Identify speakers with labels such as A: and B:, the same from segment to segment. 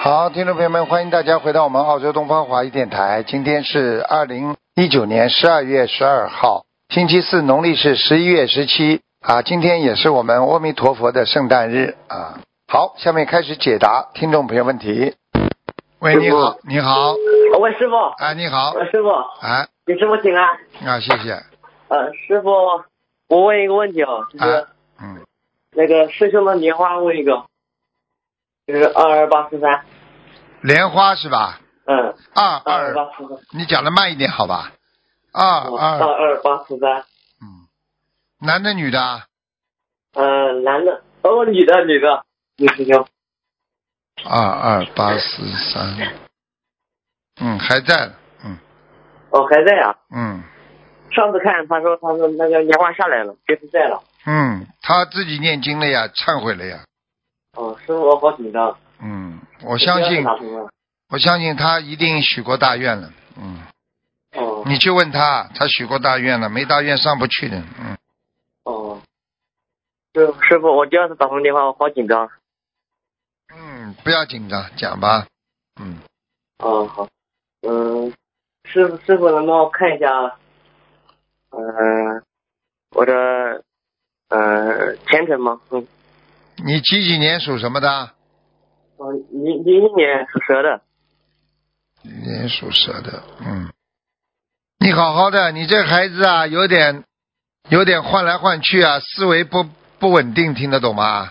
A: 好，听众朋友们，欢迎大家回到我们澳洲东方华语电台。今天是二零一九年十二月十二号，星期四，农历是十一月十七啊。今天也是我们阿弥陀佛的圣诞日啊。好，下面开始解答听众朋友问题。喂，你好，你好，
B: 哦喂，师傅，
A: 哎，你好，
B: 呃师傅，
A: 哎，
B: 给师傅请安。
A: 啊，谢谢，
B: 呃，师傅，我问一个问题哦，就是
A: 啊嗯，
B: 那个师兄的莲花问一个，就是二二八四三，
A: 莲花是吧？
B: 嗯，
A: 二
B: 二二
A: 二，
B: 八四三，
A: 你讲的慢一点好吧？二
B: 二
A: 二，
B: 二八四三，
A: 嗯，男的女的啊？
B: 呃，男的，哦，女的，女的，女师兄，
A: 二二八四三，嗯，还在，嗯
B: 哦，还在啊。
A: 嗯
B: 上次看他说他说那个莲花下来了，别不在了。
A: 嗯，他自己念经了呀，忏悔了呀，
B: 哦，师傅，我好紧张。啊
A: 嗯，我相
B: 这
A: 信
B: 样，打通了
A: 我相信他一定许过大愿了，嗯，
B: 哦
A: 你去问他，他许过大愿了，没大愿上不去的，嗯，
B: 哦，师师傅，我第二次打通电话，我好紧张。啊
A: 嗯，不要紧张，讲吧，嗯，
B: 哦，好，嗯，师傅，师傅能帮我看一下，嗯，我的，呃，前程吗？嗯，
A: 你几几年属什么的？
B: 哦，零零一年属蛇的，
A: 几年属蛇的，嗯，你好好的，你这孩子啊，有点有点换来换去啊，思维不不稳定，听得懂吗？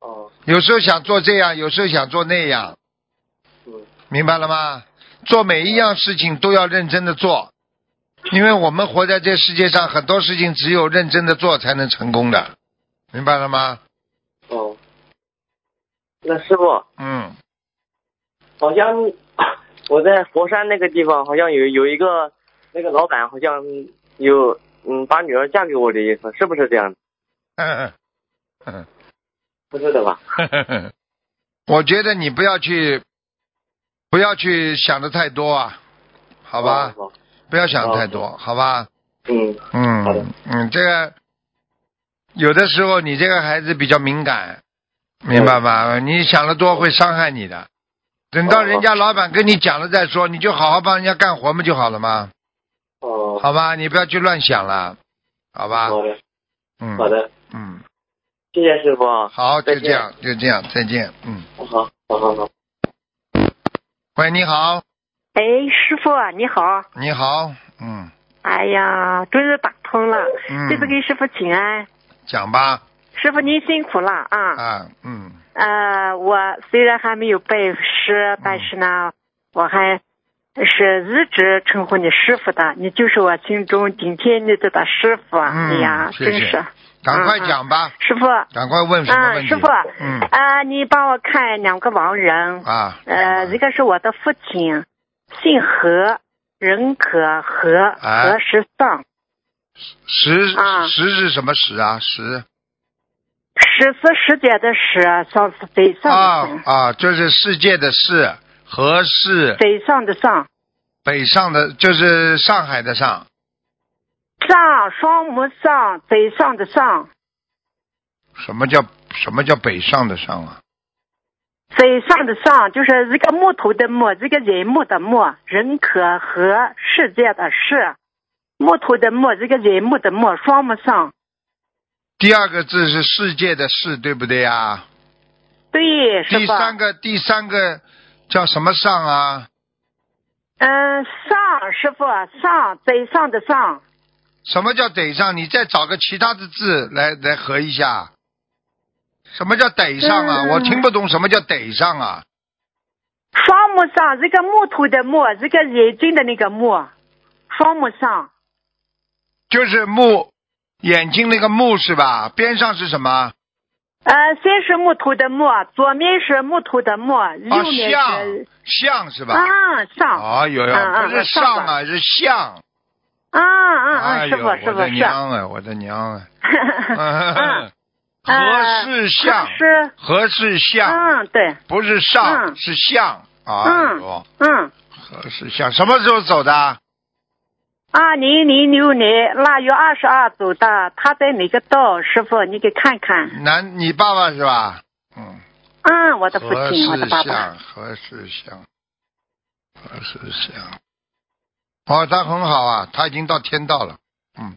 B: 哦，
A: 有时候想做这样，有时候想做那样，
B: 嗯，
A: 明白了吗？做每一样事情都要认真的做，因为我们活在这世界上，很多事情只有认真的做才能成功的，明白了吗？
B: 哦，那师傅，
A: 嗯，
B: 好像我在佛山那个地方，好像有有一个那个老板，好像有嗯把女儿嫁给我的意思，是不是这样的？不是的吧？
A: 我觉得你不要去，不要去想的太多啊，好吧？
B: 哦好
A: 不要想得太多，好吧？
B: 嗯，好的
A: 嗯嗯，这个有的时候你这个孩子比较敏感，明白吧？你想的多会伤害你的。等到人家老板跟你讲了再说，你就好好帮人家干活不就好了吗？
B: 哦，
A: 好吧，你不要去乱想了，好吧？
B: 好的，
A: 嗯，
B: 好，的，
A: 嗯，
B: 谢谢师傅啊。
A: 好，就
B: 再见
A: 这样，就这样，再见，嗯。
B: 好好好好。
A: 喂，你好，
C: 哎，师傅啊你好！
A: 你好，嗯
C: 哎呀，终于打通了，
A: 嗯
C: 这，次给师傅请安。
A: 讲吧，
C: 师傅您辛苦了啊！
A: 啊，嗯
C: 呃，我虽然还没有拜师，但是呢，
A: 嗯
C: 我还是一直称呼你师傅的，你就是我心中顶天立地的师傅。
A: 嗯
C: 哎呀，
A: 谢谢
C: 真是
A: 赶快讲吧，
C: 师傅啊，
A: 赶快问什么问题？
C: 师傅
A: 嗯
C: 啊，你帮我看两个亡人，
A: 啊，
C: 呃，一个是我的父亲，姓何，人可和，
A: 哎
C: 何时丧。
A: 石
C: 啊
A: 石是什么石啊？石
C: 十四十节的十，上是北
A: 啊
C: 上的上，
A: 啊，就是世界的世，和是
C: 北上的上，
A: 北上的，就是上海的上，
C: 上双母上，北上的上，
A: 什么叫什么叫北上的上啊？
C: 北上的上就是一个木头的木，一个人木的木，人可和世界的世，木头的木，一个人木的木，双木上，
A: 第二个字是世界的世，对不对呀、
C: 对，师
A: 第
C: 傅，
A: 三个第三个叫什么上啊？
C: 嗯，上师傅上北上的上，
A: 什么叫得上？你再找个其他的字来来合一下。什么叫得上啊？
C: 嗯
A: 我听不懂什么叫得上啊？
C: 双木上一个木头的木，一个眼睛的那个木，双木上，
A: 就是木，眼睛那个木是吧？边上是什么？
C: 呃，先是木头的木，左面是木头的木，
A: 啊
C: 右，面
A: 像
C: 是
A: 像是吧？
C: 啊上
A: 哎呦
C: 嗯
A: 呦，
C: 嗯
A: 不是上啊，是像。
C: 啊啊啊！
A: 哎呦，
C: 师傅师
A: 我
C: 傅
A: 的
C: 是，
A: 娘啊，我的娘啊！
C: 嗯，
A: 合适像，
C: 是
A: 合适像，
C: 嗯对，
A: 不是上
C: 嗯
A: 是像。哎
C: 嗯
A: 呦，
C: 嗯
A: 合适像，什么时候走的？
C: 二零零六年腊月二十二走的，他在哪个道？师傅你给看看。
A: 男，你爸爸是吧？嗯，
C: 嗯，我的父
A: 何
C: 亲，我
A: 事
C: 的爸爸。
A: 相，何事相，何事相。哦，他很好啊，他已经到天道了，嗯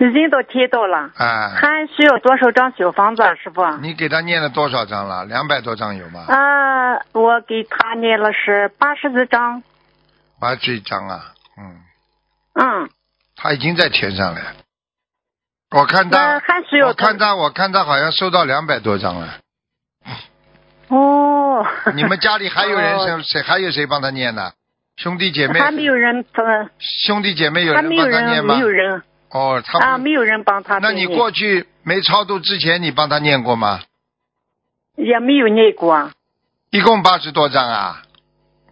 C: 已经都贴到了，
A: 哎，
C: 还需要多少张小房子啊，师傅？
A: 你给他念了多少章了？两百多章有吗？
C: 啊，我给他念了是八十几张，
A: 八十一章啊，嗯，
C: 嗯，
A: 他已经在天上了。我看
C: 那
A: 他，
C: 还需
A: 嗯
C: 要
A: 我看
C: 多
A: 他，我看他好像收到两百多张 了。
C: 哦，
A: 你们家里还有人
C: 哦
A: 谁谁还有谁帮他念呢？兄弟 姐妹，
C: 还没有人，呃
A: 兄弟姐妹有
C: 还
A: 人
C: 没有
A: 帮他念
C: 人，
A: 吗
C: 没？有人
A: 哦，他不
C: 啊，没有人帮他
A: 那
C: 念。
A: 你过去没超度之前，你帮他念过吗？
C: 也没有念过，
A: 一共八十多张啊，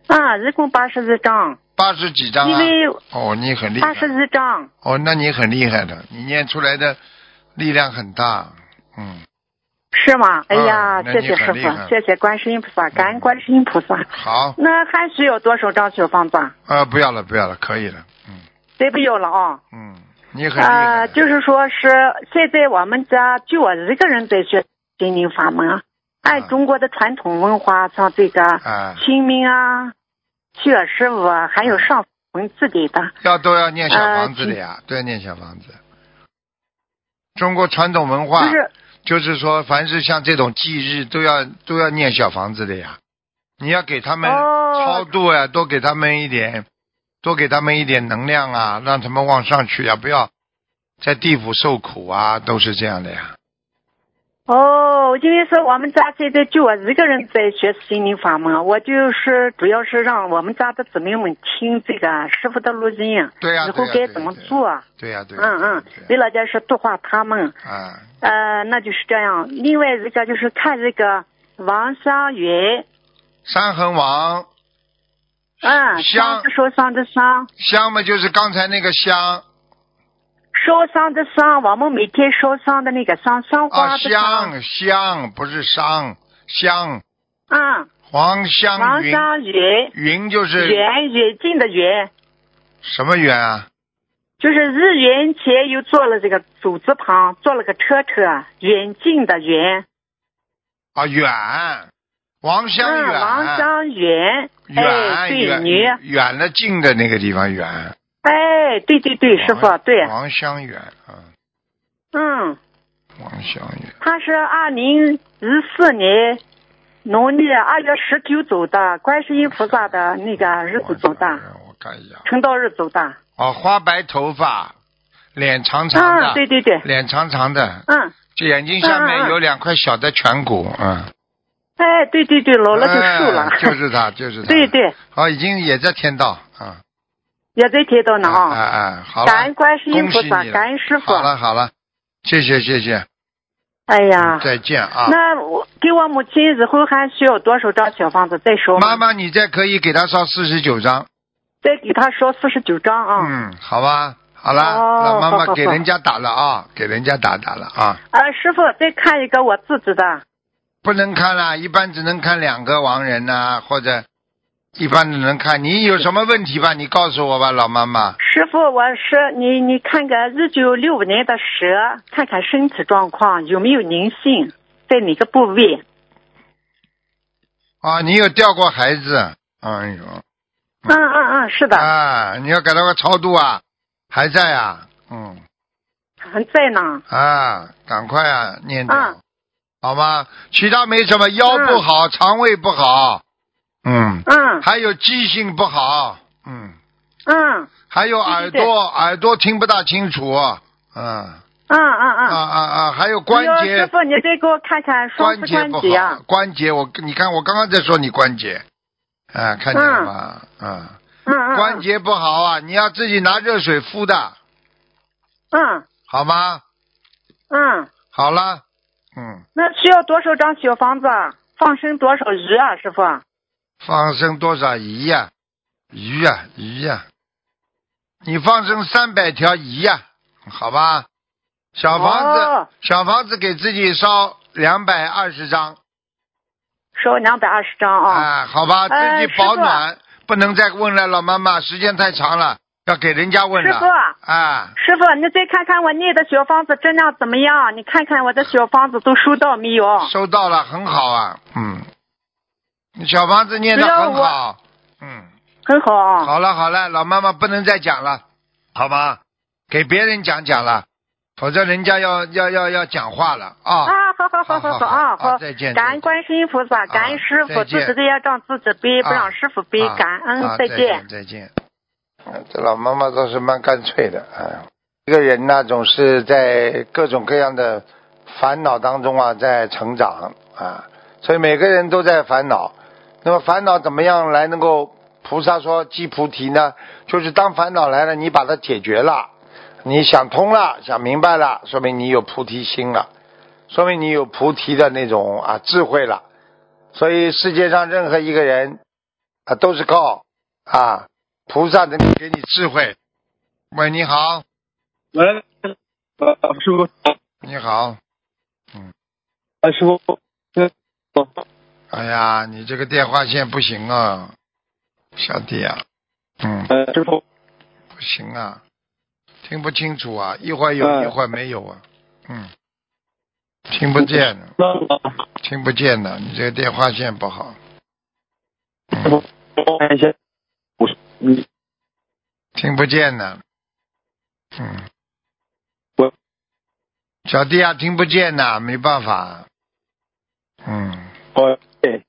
C: 啊，一共八十几张，
A: 八十几张
C: 因
A: 啊。
C: 为
A: 哦，你很厉害
C: 八。十几张，
A: 哦，那你很厉害的，你念出来的力量很大。嗯，
C: 是吗？哎呀，
A: 啊那
C: 谢
A: 你
C: 谢
A: 很
C: 师
A: 厉害嗯哦
C: 傅，谢谢观世音菩萨，感恩观世音菩萨。
A: 好，
C: 那还需要多少张小房子啊？
A: 呃，不要了，不要了，可以了。嗯
C: 对不要了啊。
A: 嗯，你很厉害
C: 呃，
A: 的。
C: 就是说是现在我们家就我一个人在学心灵法门啊，按中国的传统文化，像这个
A: 啊，
C: 清明啊、七月十五啊，还有上坟之类的。
A: 要都要念小
C: 呃
A: 房子的呀，都要念小房子。中国传统文化
C: 就是
A: 就是说，凡是像这种忌日，都要都要念小房子的呀。你要给他们
C: 哦
A: 超度呀、多给他们一点，多给他们一点能量啊，让他们往上去呀、啊不要在地府受苦啊，都是这样的呀。
C: 哦，因为说我们家现在就我一个人在学心灵法门，啊我就是主要是让我们家的姊妹们听这个师傅的录音，啊
A: 对呀、
C: 以
A: 对
C: 后
A: 呀、对
C: 该
A: 呀
C: 怎么？做。
A: 对呀、对呀、
C: 嗯嗯，
A: 对呀
C: 为了就是度化他们。
A: 啊，
C: 呃，那就是这样。另外一个就是看这个王湘云，
A: 三横王香
C: 嗯，伤是受伤的伤，
A: 香嘛，就是刚才那个香
C: 烧伤的伤，我们每天烧伤的那个伤，香花
A: 啊，
C: 的伤。
A: 香香不是伤香，
C: 嗯，
A: 黄香
C: 王
A: 云
C: 湘云，
A: 云就是
C: 远远近的远，
A: 什么云啊？
C: 就是日元前又做了这个走字旁，做了个车车，远近的远。
A: 啊，远，王香
C: 嗯，
A: 远，
C: 王湘云，
A: 远、
C: 哎，对，
A: 远
C: 女，
A: 远了近的那个地方远。
C: 哎，对对对，师傅
A: 王，
C: 对，
A: 王香远啊，
C: 嗯。
A: 王香远，
C: 他是二零一四年农历二月十九走的，观世音菩萨的那个日子走
A: 王
C: 的，
A: 香远我看一下，
C: 成道日走的。
A: 哦，花白头发，脸长长的，
C: 嗯，对对对，
A: 脸长长的，
C: 嗯，
A: 这眼睛下
C: 嗯嗯
A: 面
C: 嗯
A: 有两块小的颧骨，嗯，
C: 哎，对对对，老了就瘦了。
A: 哎 就是他，就是他，
C: 对，对，
A: 哦，已经也在天道啊，
C: 也在提到呢
A: 哎
C: 啊。
A: 哎，好
C: 感
A: 了
C: 恩，观世音
A: 恭
C: 菩
A: 喜
C: 萨，
A: 你了
C: 感恩师傅
A: 好。了好了，谢谢谢谢，
C: 哎呀，
A: 再见啊。
C: 那我给我母亲日后还需要多少张小房子再烧吗？
A: 妈妈，你再可以给他烧四十九张。
C: 哦再给她烧四十九张啊。
A: 嗯，好吧，好了，
C: 哦
A: 那妈
C: 好好
A: 妈
C: 好
A: 给人家打了啊，给人家打打了啊，
C: 呃，师傅再看一个我自己的。
A: 不能看啦，一般只能看两个亡人呐、或者一般只能看。你有什么问题吧？你告诉我吧，老妈妈。
C: 师傅，我是你，你看看一九六五年的蛇，看看身体状况有没有灵性，在哪个部位？
A: 啊，你有掉过孩子？哎呦，
C: 嗯嗯嗯，是的，
A: 啊，你要给他个超度啊，还在啊，嗯，
C: 还在呢。
A: 啊，赶快啊，念掉，
C: 嗯
A: 好吗？其他没什么，腰不好，肠胃不好，嗯。
C: 嗯
A: 还有记性不好，嗯，
C: 嗯
A: 还有耳
C: 对对
A: 朵耳朵听不大清楚，嗯，啊
C: 嗯
A: 啊
C: 嗯嗯。
A: 啊，还有
C: 哎呦
A: 关
C: 师
A: 节
C: 傅，你再给我看看双
A: 关
C: 膝
A: 节
C: 关
A: 不
C: 节
A: 好
C: 啊，。
A: 关节我你看我刚刚在说你关节，啊，看见了吗？啊，
C: 嗯嗯。嗯
A: 关。节不好啊，你要自己拿热水敷的，
C: 嗯
A: 好吗？
C: 嗯，
A: 好了，嗯，
C: 那需要多少张小房子啊？放生多少鱼啊，师傅？
A: 放生多少鱼呀、鱼呀、鱼呀、你放生三百条鱼呀、好吧？小房子，
C: 哦
A: 小房子给自己烧两百二十张
C: 烧两百二十张啊。
A: 啊，好吧，
C: 呃
A: 自己保暖，不能再问了，老妈妈，时间太长了，要给人家问
C: 师傅
A: 了。，啊，
C: 师傅，你再看看我念的小房子质量怎么样？你看看我的小房子都收到没有？
A: 收到了，很好啊，嗯，小房子念得
C: 那
A: 很
C: 我
A: 好，嗯，
C: 很好啊。
A: 好了好了，老妈妈不能再讲了，好吧？给别人讲讲了，否则人家要要要要讲话了啊。
C: 啊，好好好
A: 好
C: 好
A: 好
C: 啊，
A: 好
C: 好，
A: 再见啊
C: 感恩观世音菩萨，感恩师
A: 再
C: 傅，
A: 见
C: 自己的业障自己背，不
A: 啊
C: 让师傅背，
A: 啊
C: 感
A: 啊
C: 恩，
A: 再
C: 再见。
A: 再见。这老妈妈倒是蛮干脆的啊。一个人呢，总是在各种各样的烦恼当中啊，在成长啊，所以每个人都在烦恼。那么烦恼怎么样来能够菩萨说即菩提呢？就是当烦恼来了，你把它解决了，你想通了，想明白了，说明你有菩提心了，说明你有菩提的那种啊智慧了。所以世界上任何一个人啊，都是靠啊菩萨能给你智慧。喂，你好，
D: 喂，呃，师傅，
A: 你好，
D: 呃，师傅，
A: 哎呀，你这个电话线不行啊，小弟啊，嗯，
D: 呃，师傅，
A: 不行啊，听不清楚啊，一会儿有，
D: 嗯
A: 一会儿没有啊，嗯，听不见，
D: 那我
A: 听不见呢，你这个电话线不好，
D: 师
A: 嗯，
D: 傅，我看一下，我是你，
A: 听不见呢，嗯，
D: 我，
A: 小弟啊，听不见呐，没办法，嗯。
D: 我哎对，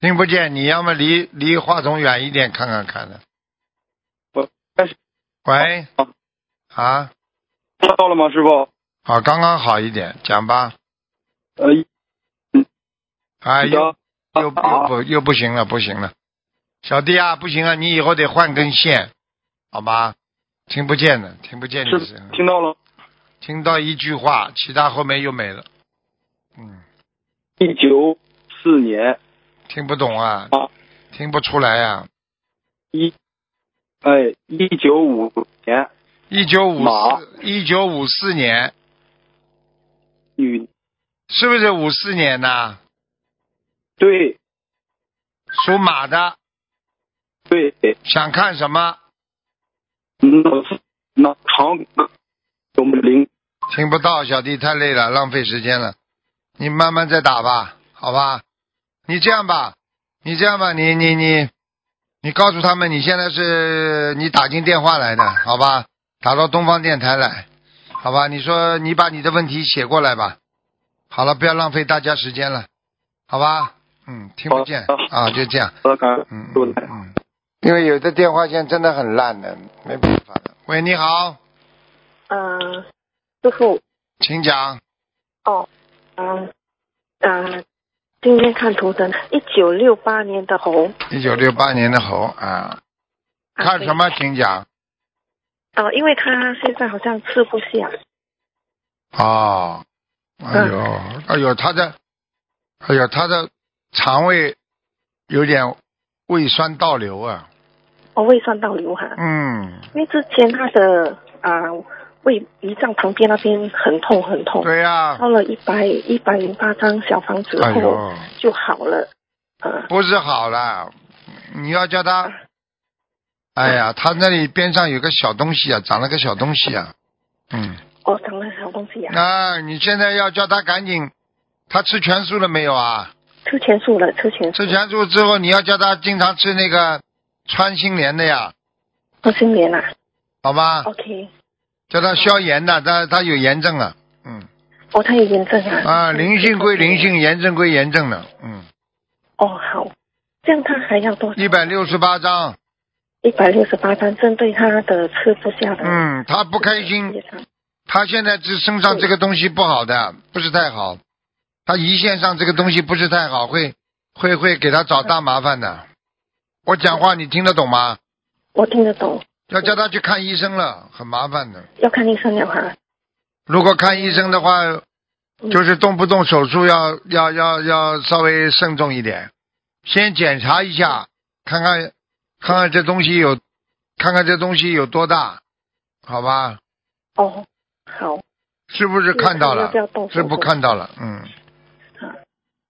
A: 听不见，你要么离离话筒远一点看看看呢。
D: 我但是
A: 喂
D: 好，
A: 啊，
D: 听到了吗，师傅？
A: 好，刚刚好一点，讲吧。
D: 呃，
A: 啊，又又
D: 行，
A: 又不又不行了，不行了，小弟啊，不行啊，你以后得换根线，好吗？听不见的，听不见你
D: 是
A: 声，
D: 听到了，
A: 听到一句话，其他后面又没了。嗯，
D: 呃一九四年
A: 听不懂啊
D: 啊，
A: 听不出来啊。
D: 一，哎，一九五年
A: 一九五
D: 马
A: 四，一九五四年，
D: 女，
A: 是不是五四年呐、
D: 对
A: 属马的，
D: 对，
A: 想看什么？
D: 脑子脑肠有灵，
A: 听不到，小弟太累了，浪费时间了。你慢慢再打吧，好吧？你这样吧，你这样吧，你你你，你告诉他们你现在是你打进电话来的，好吧？打到东方电台来，好吧？你说你把你的问题写过来吧。好了，不要浪费大家时间了，好吧？嗯，听不见
D: 好的
A: 啊，就这样。
D: 我感恩
A: 嗯
D: 师傅
A: 嗯
D: 的爱，
A: 嗯，因为有的电话线真的很烂的，没办法的。喂，你好，
E: 嗯，师傅，
A: 请讲。
E: 哦，嗯嗯，今天看图腾，一九六八年的猴，
A: 一九六八年的猴啊，
E: 啊
A: 看什？么？请讲。
E: 对呃，因为他现在好像吃不下，
A: 哦，哎呦，哎呦，他的，哎呦，他的肠胃有点胃酸倒流啊。
E: 哦，胃酸倒流哈、
A: 嗯，
E: 因为之前他的啊、胃胰脏旁边那边很痛很痛，
A: 对呀、
E: 烧了一百一百零八张小房子
A: 哎
E: 后
A: 呦，
E: 就好了，呃，
A: 不是好了，你要叫他。哎呀，他那里边上有个小东西啊，长了个小东西啊。嗯，
E: 哦，长了小东西呀、
A: 啊，你现在要叫他赶紧，他吃全素了没有啊？
E: 吃前素了，吃前素
A: 吃，全素之后，你要叫他经常吃那个穿心莲的呀，
E: 哦，新年啦、
A: 好吗？
E: o k
A: 叫他消炎的，他他有炎症了，嗯
E: 哦，他有炎症啊，
A: 啊，灵性归灵性，炎症归炎症了，嗯，
E: 哦，好，这样他还要多少
A: 一百六十八章，
E: 一百六十八单，针对他的吃不下的，，
A: 嗯，他不开心，他现在这身上这个东西不好的，不是太好，他胰腺上这个东西不是太好，会会会给他找大麻烦的。我讲话你听得懂吗？
E: 我听得懂，
A: 要叫他去看医生了，很麻烦的。
E: 要看医生了哈。
A: 如果看医生的话，
E: 嗯
A: 就是动不动手术要要要要稍微慎重一点，先检查一下，看看看看这东西有，看看这东西有多大，好吧？
E: 哦，好，
A: 是不是看到
E: 嗯要
A: 了
E: 不？要动手术？
A: 是不看到了，嗯，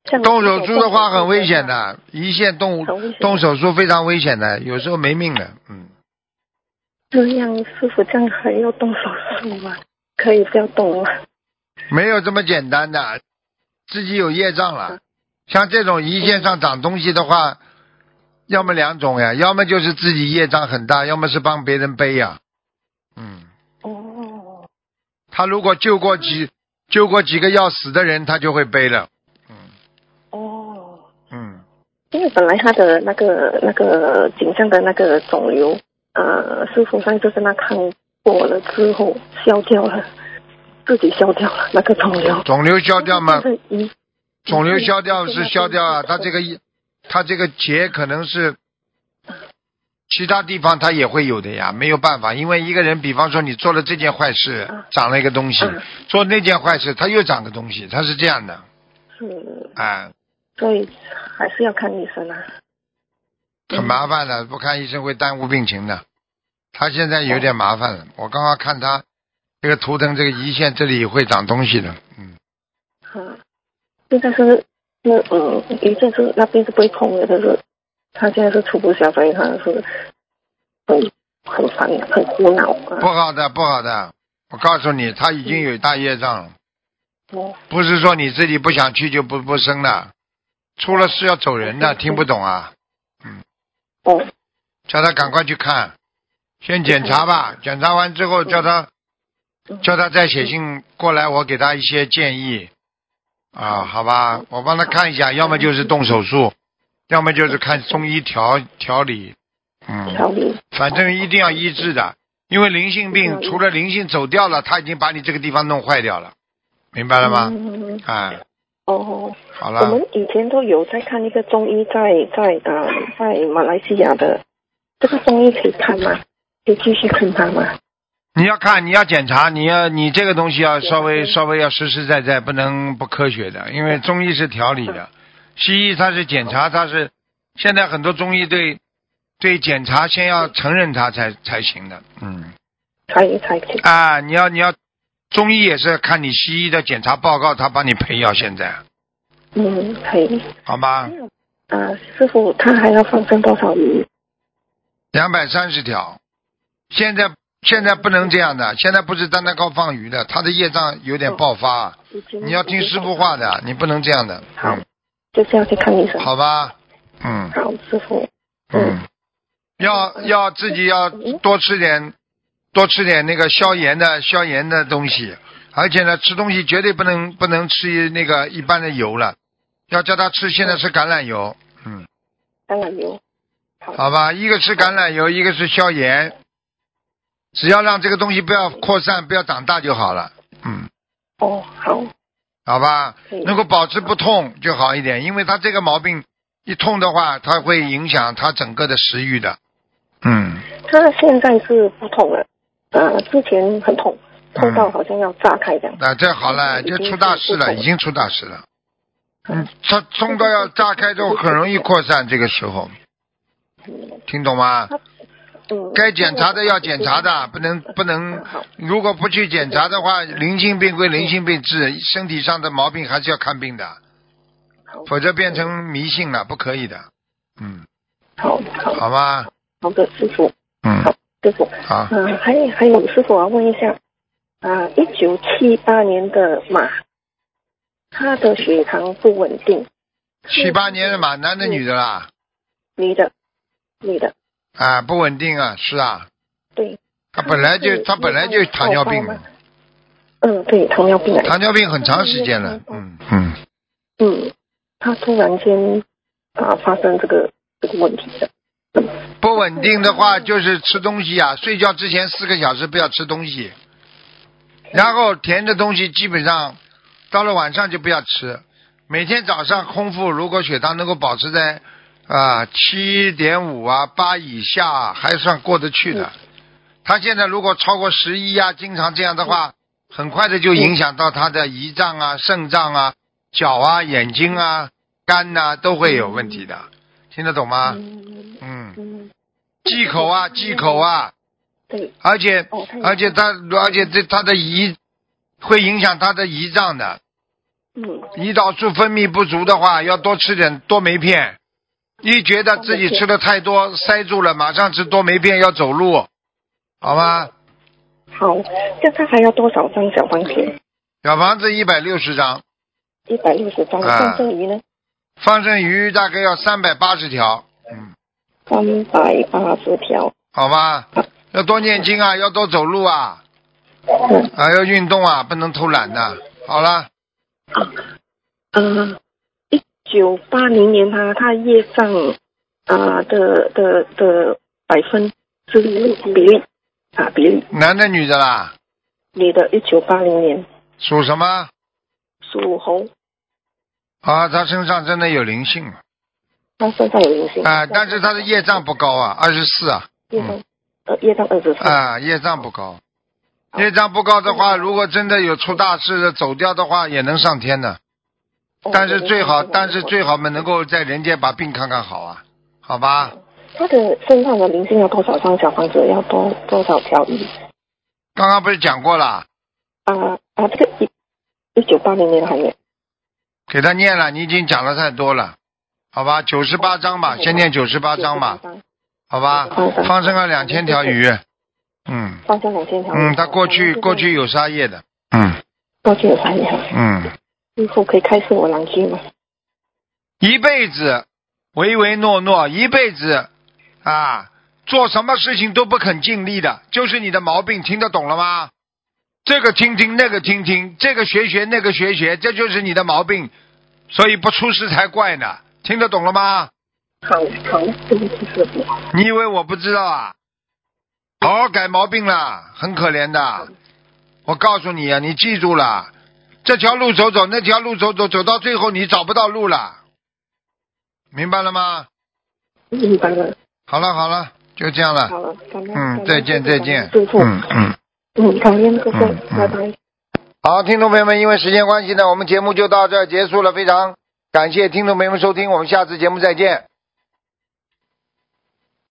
E: 像
A: 动手术的话很危险，的，胰腺动
E: 嗯很危险
A: 动手术非常危险的，有时候没命的，嗯，
E: 这样师傅这样还要动手术吗？可以不要动吗？
A: 没有这么简单的，自己有业障了。像这种胰腺上长东西的话，要么两种呀，要么就是自己业障很大，要么是帮别人背呀。嗯，
E: 哦，
A: 他如果救过几救过几个要死的人，他就会背了。嗯
E: 哦。
A: 嗯，
E: 因为本来他的那个那个颈项的那个肿瘤，呃，师傅上次跟他看过了之后消掉了，自己消掉了那个肿瘤。
A: 肿瘤消掉吗？
E: 就是一
A: 肿瘤消掉是消掉啊，他这个他这个结可能是其他地方他也会有的呀，没有办法，因为一个人，比方说你做了这件坏事，长了一个东西
E: 嗯，
A: 做那件坏事，他又长个东西，他是这样的，
E: 是，
A: 哎，
E: 所以还是要看医生啊。
A: 很麻烦的，不看医生会耽误病情的。他现在有点麻烦了，我刚刚看他这个图腾这个胰腺这里会长东西的，嗯，
E: 啊，现在是那嗯，一阵是那边是被碰的，但是他现在是出不下，所以他是很很烦，很苦恼
A: 不
E: 啊。
A: 好的不好的，我告诉你，他已经有大业障了。
E: 哦，
A: 不是说你自己不想去就不不生了，出了事要走人 的，
E: 嗯
A: 听不懂啊？
E: 哦，
A: 叫他赶快去看，先检查 吧，检查完之后叫他
E: 嗯
A: 叫他再写信过来，我给他一些建议啊，好吧，我帮他看一下，要么就是动手术，要么就是看中医调调理，嗯，
E: 调理
A: 反正一定要医治的，因为灵性病
E: 嗯
A: 除了灵性走掉了，他已经把你这个地方弄坏掉了，明白了吗？
E: 嗯，
A: 啊，
E: 哦。
A: 好
E: 我
A: 了
E: 们，以前都有在看一个中医在，在呃在马来西亚的，这个中医可以看吗？可以继续看他吗？
A: 你要看，你要检查，你要你这个东西要稍微
E: 对
A: 稍微要实实在在，不能不科学的，因为中医是调理的，西医它是检查，它是现在很多中医对对检查先要承认它才才行的，嗯
E: 才才可以
A: 啊，你要你要中医也是看你西医的检查报告，他帮你配药，现在
E: 嗯，可以。
A: 好吗？
E: 呃，师傅，他还要放生多少鱼？
A: 两百三十条，现在现在不能这样的，现在不是单单靠放鱼的，他的业障有点爆发，
E: 已经
A: 你要听师傅。话的，你不能这样的，
E: 嗯好
A: 嗯。
E: 就是要去看医生。
A: 好吧，嗯
E: 好，师傅。
A: 嗯，要要自己要多吃点，多吃点那个消炎的消炎的东西，而且呢，吃东西绝对不能不能吃那个一般的油了，要叫他吃现在吃橄榄油，嗯，
E: 橄榄油。
A: 好吧，一个吃橄榄油，一个是消炎，只要让这个东西不要扩散，不要长大就好了，嗯，
E: 哦，好，
A: 好吧，
E: 可以。
A: 能够保持不痛就好一点，因为他这个毛病一痛的话，它会影响他整个的食欲的。嗯，
E: 他现在是不痛了，呃，之前很痛，痛
A: 嗯
E: 到好像要炸开这样。
A: 那啊这好了，
E: 已
A: 这
E: 经
A: 出大事了，
E: 是不痛了
A: 已经出大事了。嗯，它痛到要炸开之后，很容易扩散。这个时候，听懂吗？
E: 嗯。
A: 该检查的要检查。的，不能不能
E: 嗯，好。
A: 如果不去检查的话，灵性病归灵性病治，身体上的毛病还是要看病的，
E: 好
A: 否则变成迷信了，不可以的。嗯，
E: 好好
A: 好吗？
E: 好的，师傅，
A: 嗯，
E: 师傅，
A: 好。
E: 嗯、还有还有，师傅，我要问一下，啊、1一九七八年的马，他的血糖不稳定，
A: 七八年的嘛，男的女的啦？
E: 女的，女的，
A: 啊，不稳定啊，是啊，
E: 对，哦
A: 他本来就他本来就糖尿病
E: 了
A: 了，，
E: 嗯，对，糖尿病来的，
A: 糖尿病很长时间了，嗯嗯，
E: 嗯，他突然间啊、发生这个这个问题的，嗯
A: 不稳定的话就是吃东西啊，睡觉之前四个小时不要吃东西，然后甜的东西基本上到了晚上就不要吃，每天早上空腹，如果血糖能够保持在啊七点五啊八以下啊、还算过得去的。他现在如果超过十一啊，经常这样的话，很快的就影响到他的胰脏啊、肾脏啊、脚啊、眼睛啊、肝呐、都会有问题的，听得懂吗？
E: 嗯
A: 嗯，
E: 嗯，
A: 忌口啊，忌口啊，
E: 对，
A: 而且
E: 哦，他也
A: 而且他而且这他的胰会影响他的胰脏的，
E: 嗯，
A: 胰岛素分泌不足的话，要多吃点多酶片。一觉得自己吃的太多塞住了，马上吃多酶片要走路，好吗？
E: 好，这他还要多少张小房子？
A: 小房子一百六十张，
E: 一百六十张。
A: 啊
E: 放剩余呢？
A: 放生鱼大概要三百八十条，嗯，
E: 三百八十条。
A: 好吧？要多念经啊，要多走路啊，
E: 嗯
A: 啊，要运动啊，不能偷懒的、好了，
E: 啊，一九八零年他他业障啊、的的的百分之比例啊比例，
A: 男的女的啦？
E: 你的一九八零年
A: 属什么？
E: 属猴，
A: 啊，他身上真的有灵性啊、
E: 他身上有灵性
A: 但是他的业障不高啊，二十四啊，
E: 业障呃业障二十三
A: 啊，业障不高。业障不高的话，如果真的有出大事的走掉的话，也能上天的。
E: 哦
A: 但是最好，
E: 对
A: 但是最好嘛，能够在人间把病看看好啊，好吧？
E: 他的身上的灵性要多少张小房子？要多多少条鱼？
A: 刚刚不是讲过了，
E: 啊啊，这个一一九八零年的还有
A: 给他念了，你已经讲了太多了，好吧？九十八章吧，先念九十八章吧，好吧
E: 好的？
A: 放生了两千条鱼，嗯
E: 放下两千条鱼。
A: 嗯，他过去
E: 好
A: 过去有杀业的，嗯
E: 过去有三条，
A: 嗯，
E: 师傅可以开示我两句吗？
A: 一辈子唯唯诺诺，一辈子啊，做什么事情都不肯尽力的，就是你的毛病，听得懂了吗？这个听听，那个听听，这个学学，那个学学，这就是你的毛病，所以不出事才怪呢，听得懂了吗？
E: 好好，对不起师傅。
A: 你以为我不知道啊？好好改毛病啦，很可怜的。我告诉你啊，你记住了，这条路走走，那条路走走，走到最后你找不到路了，明白了吗？
E: 明白了，
A: 好了好了，就这样了。
E: 好了，感恩。感
A: 嗯，
E: 恩
A: 再见
E: 师父
A: 再见。
E: 感恩师傅，
A: 嗯嗯。
E: 嗯，感恩师傅，
A: 嗯嗯
E: 拜拜。
A: 好，听众朋友们，因为时间关系呢，我们节目就到这儿结束了。非常感谢听众朋友们收听，我们下次节目再见。